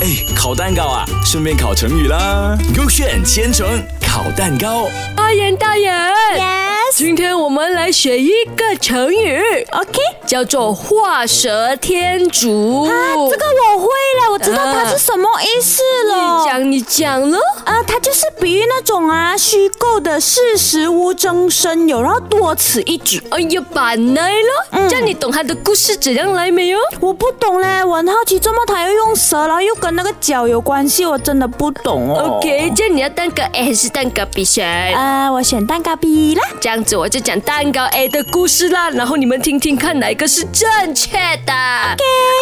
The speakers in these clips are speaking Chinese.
哎，烤蛋糕啊，顺便烤成语啦。勾选千层烤蛋糕，大眼大眼 Yes，今天我们来学一个成语啊 OK 叫做“画蛇添足”。啊，这个我会了，我知道它是什么意思了。你讲你讲了，啊，它就是比喻那种啊虚构的事实无中生有，然后多此一举。哎呀，板来了。嗯这样你懂它的故事怎样来没有？我不懂嘞，我很好奇，怎么它要用蛇，然后又跟那个脚有关系，我真的不懂哦。 OK，这样你要蛋糕 A 还是蛋糕 B 选？呃，我选蛋糕 B 啦。这样子我就讲蛋糕 A 的故事啦，然后你们听听看哪一个是正确的。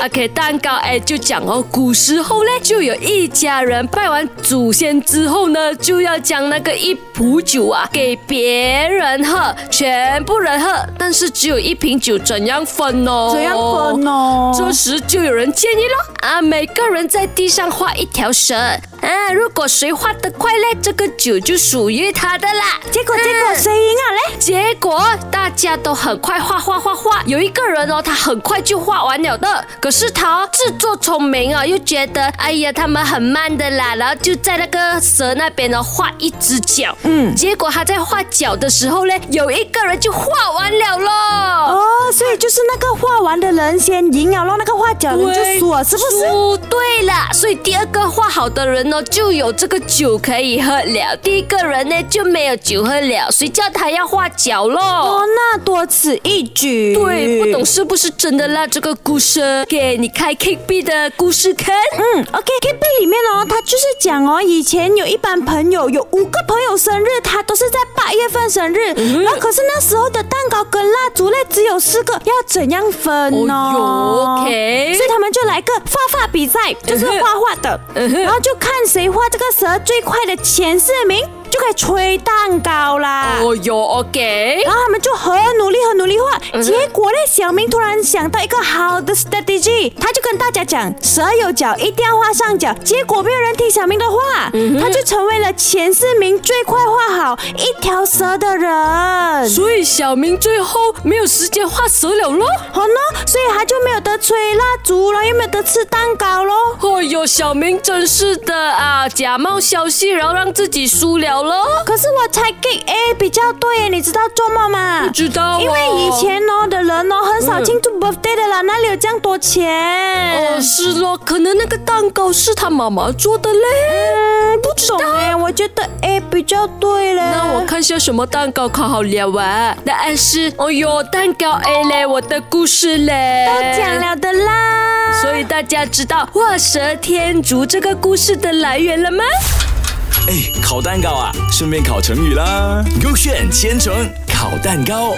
OK，蛋糕 A 就讲哦，古时候呢，就有一家人拜完祖先之后呢，就要将那个一壶酒啊给别人喝，全部人喝，但是只有一瓶酒，怎样分哦？怎样分哦？这时就有人建议了啊，每个人在地上画一条蛇啊，如果谁画得快嘞，这个酒就属于他的啦。结果结果嗯谁赢了嘞？结果大家都很快画画画画，有一个人哦，他很快就画完了的。可是他、哦、自作聪明哦，又觉得哎呀他们很慢的啦，然后就在那个蛇那边呢画一只脚。嗯，结果他在画脚的时候呢，有一个人就画完了咯。哦，所以就是那个画完的人先赢了，然后那个画脚的人就输了，是不是？输对了，所以第二个画好的人呢，就有这个酒可以喝了；第一个人呢就没有酒喝了，谁叫他要画脚咯？哦，那多此一举。对，不懂。是不是真的啦？这个故事给你开 K B 的故事看。嗯，OK，K B 里面哦，他就是讲哦，以前有一班朋友，有五个朋友生日，他都是在八月份生日，嗯然后可是那时候的蛋糕跟蜡烛类只有四个，要怎样分呢、哦哟，OK 所以他们就来个画画比赛，就是画画的，嗯然后就看谁画这个蛇最快的前四名，就可以吹蛋糕啦。哦哟，OK，然后他们就很努力、很努力画，嗯结果呢，小明突然想到一个好的 strategy，他就跟大家讲，蛇有脚一定要画上脚。结果没有人听小明的话，嗯他就成为了前四名最快画好一条蛇的人。所以小明最后没有时间画蛇了咯。好呢，哦所以他就没有得吹蜡烛了，又没有得吃蛋糕喽。哦哟，小明真是的啊，假冒消息，然后让自己输了咯。可是我猜 G A 比较对耶，你知道做梦吗？知道、哦嗯因为以。前哦的人哦很少庆祝 birthday 的啦，哪里有这样多钱哦，？是咯，可能那个蛋糕是他妈妈做的嘞。嗯，不懂哎，我觉得 A 比较对嘞。那我看下什么蛋糕烤好了啊？答案是，哦哟，蛋糕 A 嘞，我的故事嘞。都讲了的啦。所以大家知道画蛇添足这个故事的来源了吗？哎，烤蛋糕啊，顺便烤成语啦。勾选千层烤蛋糕。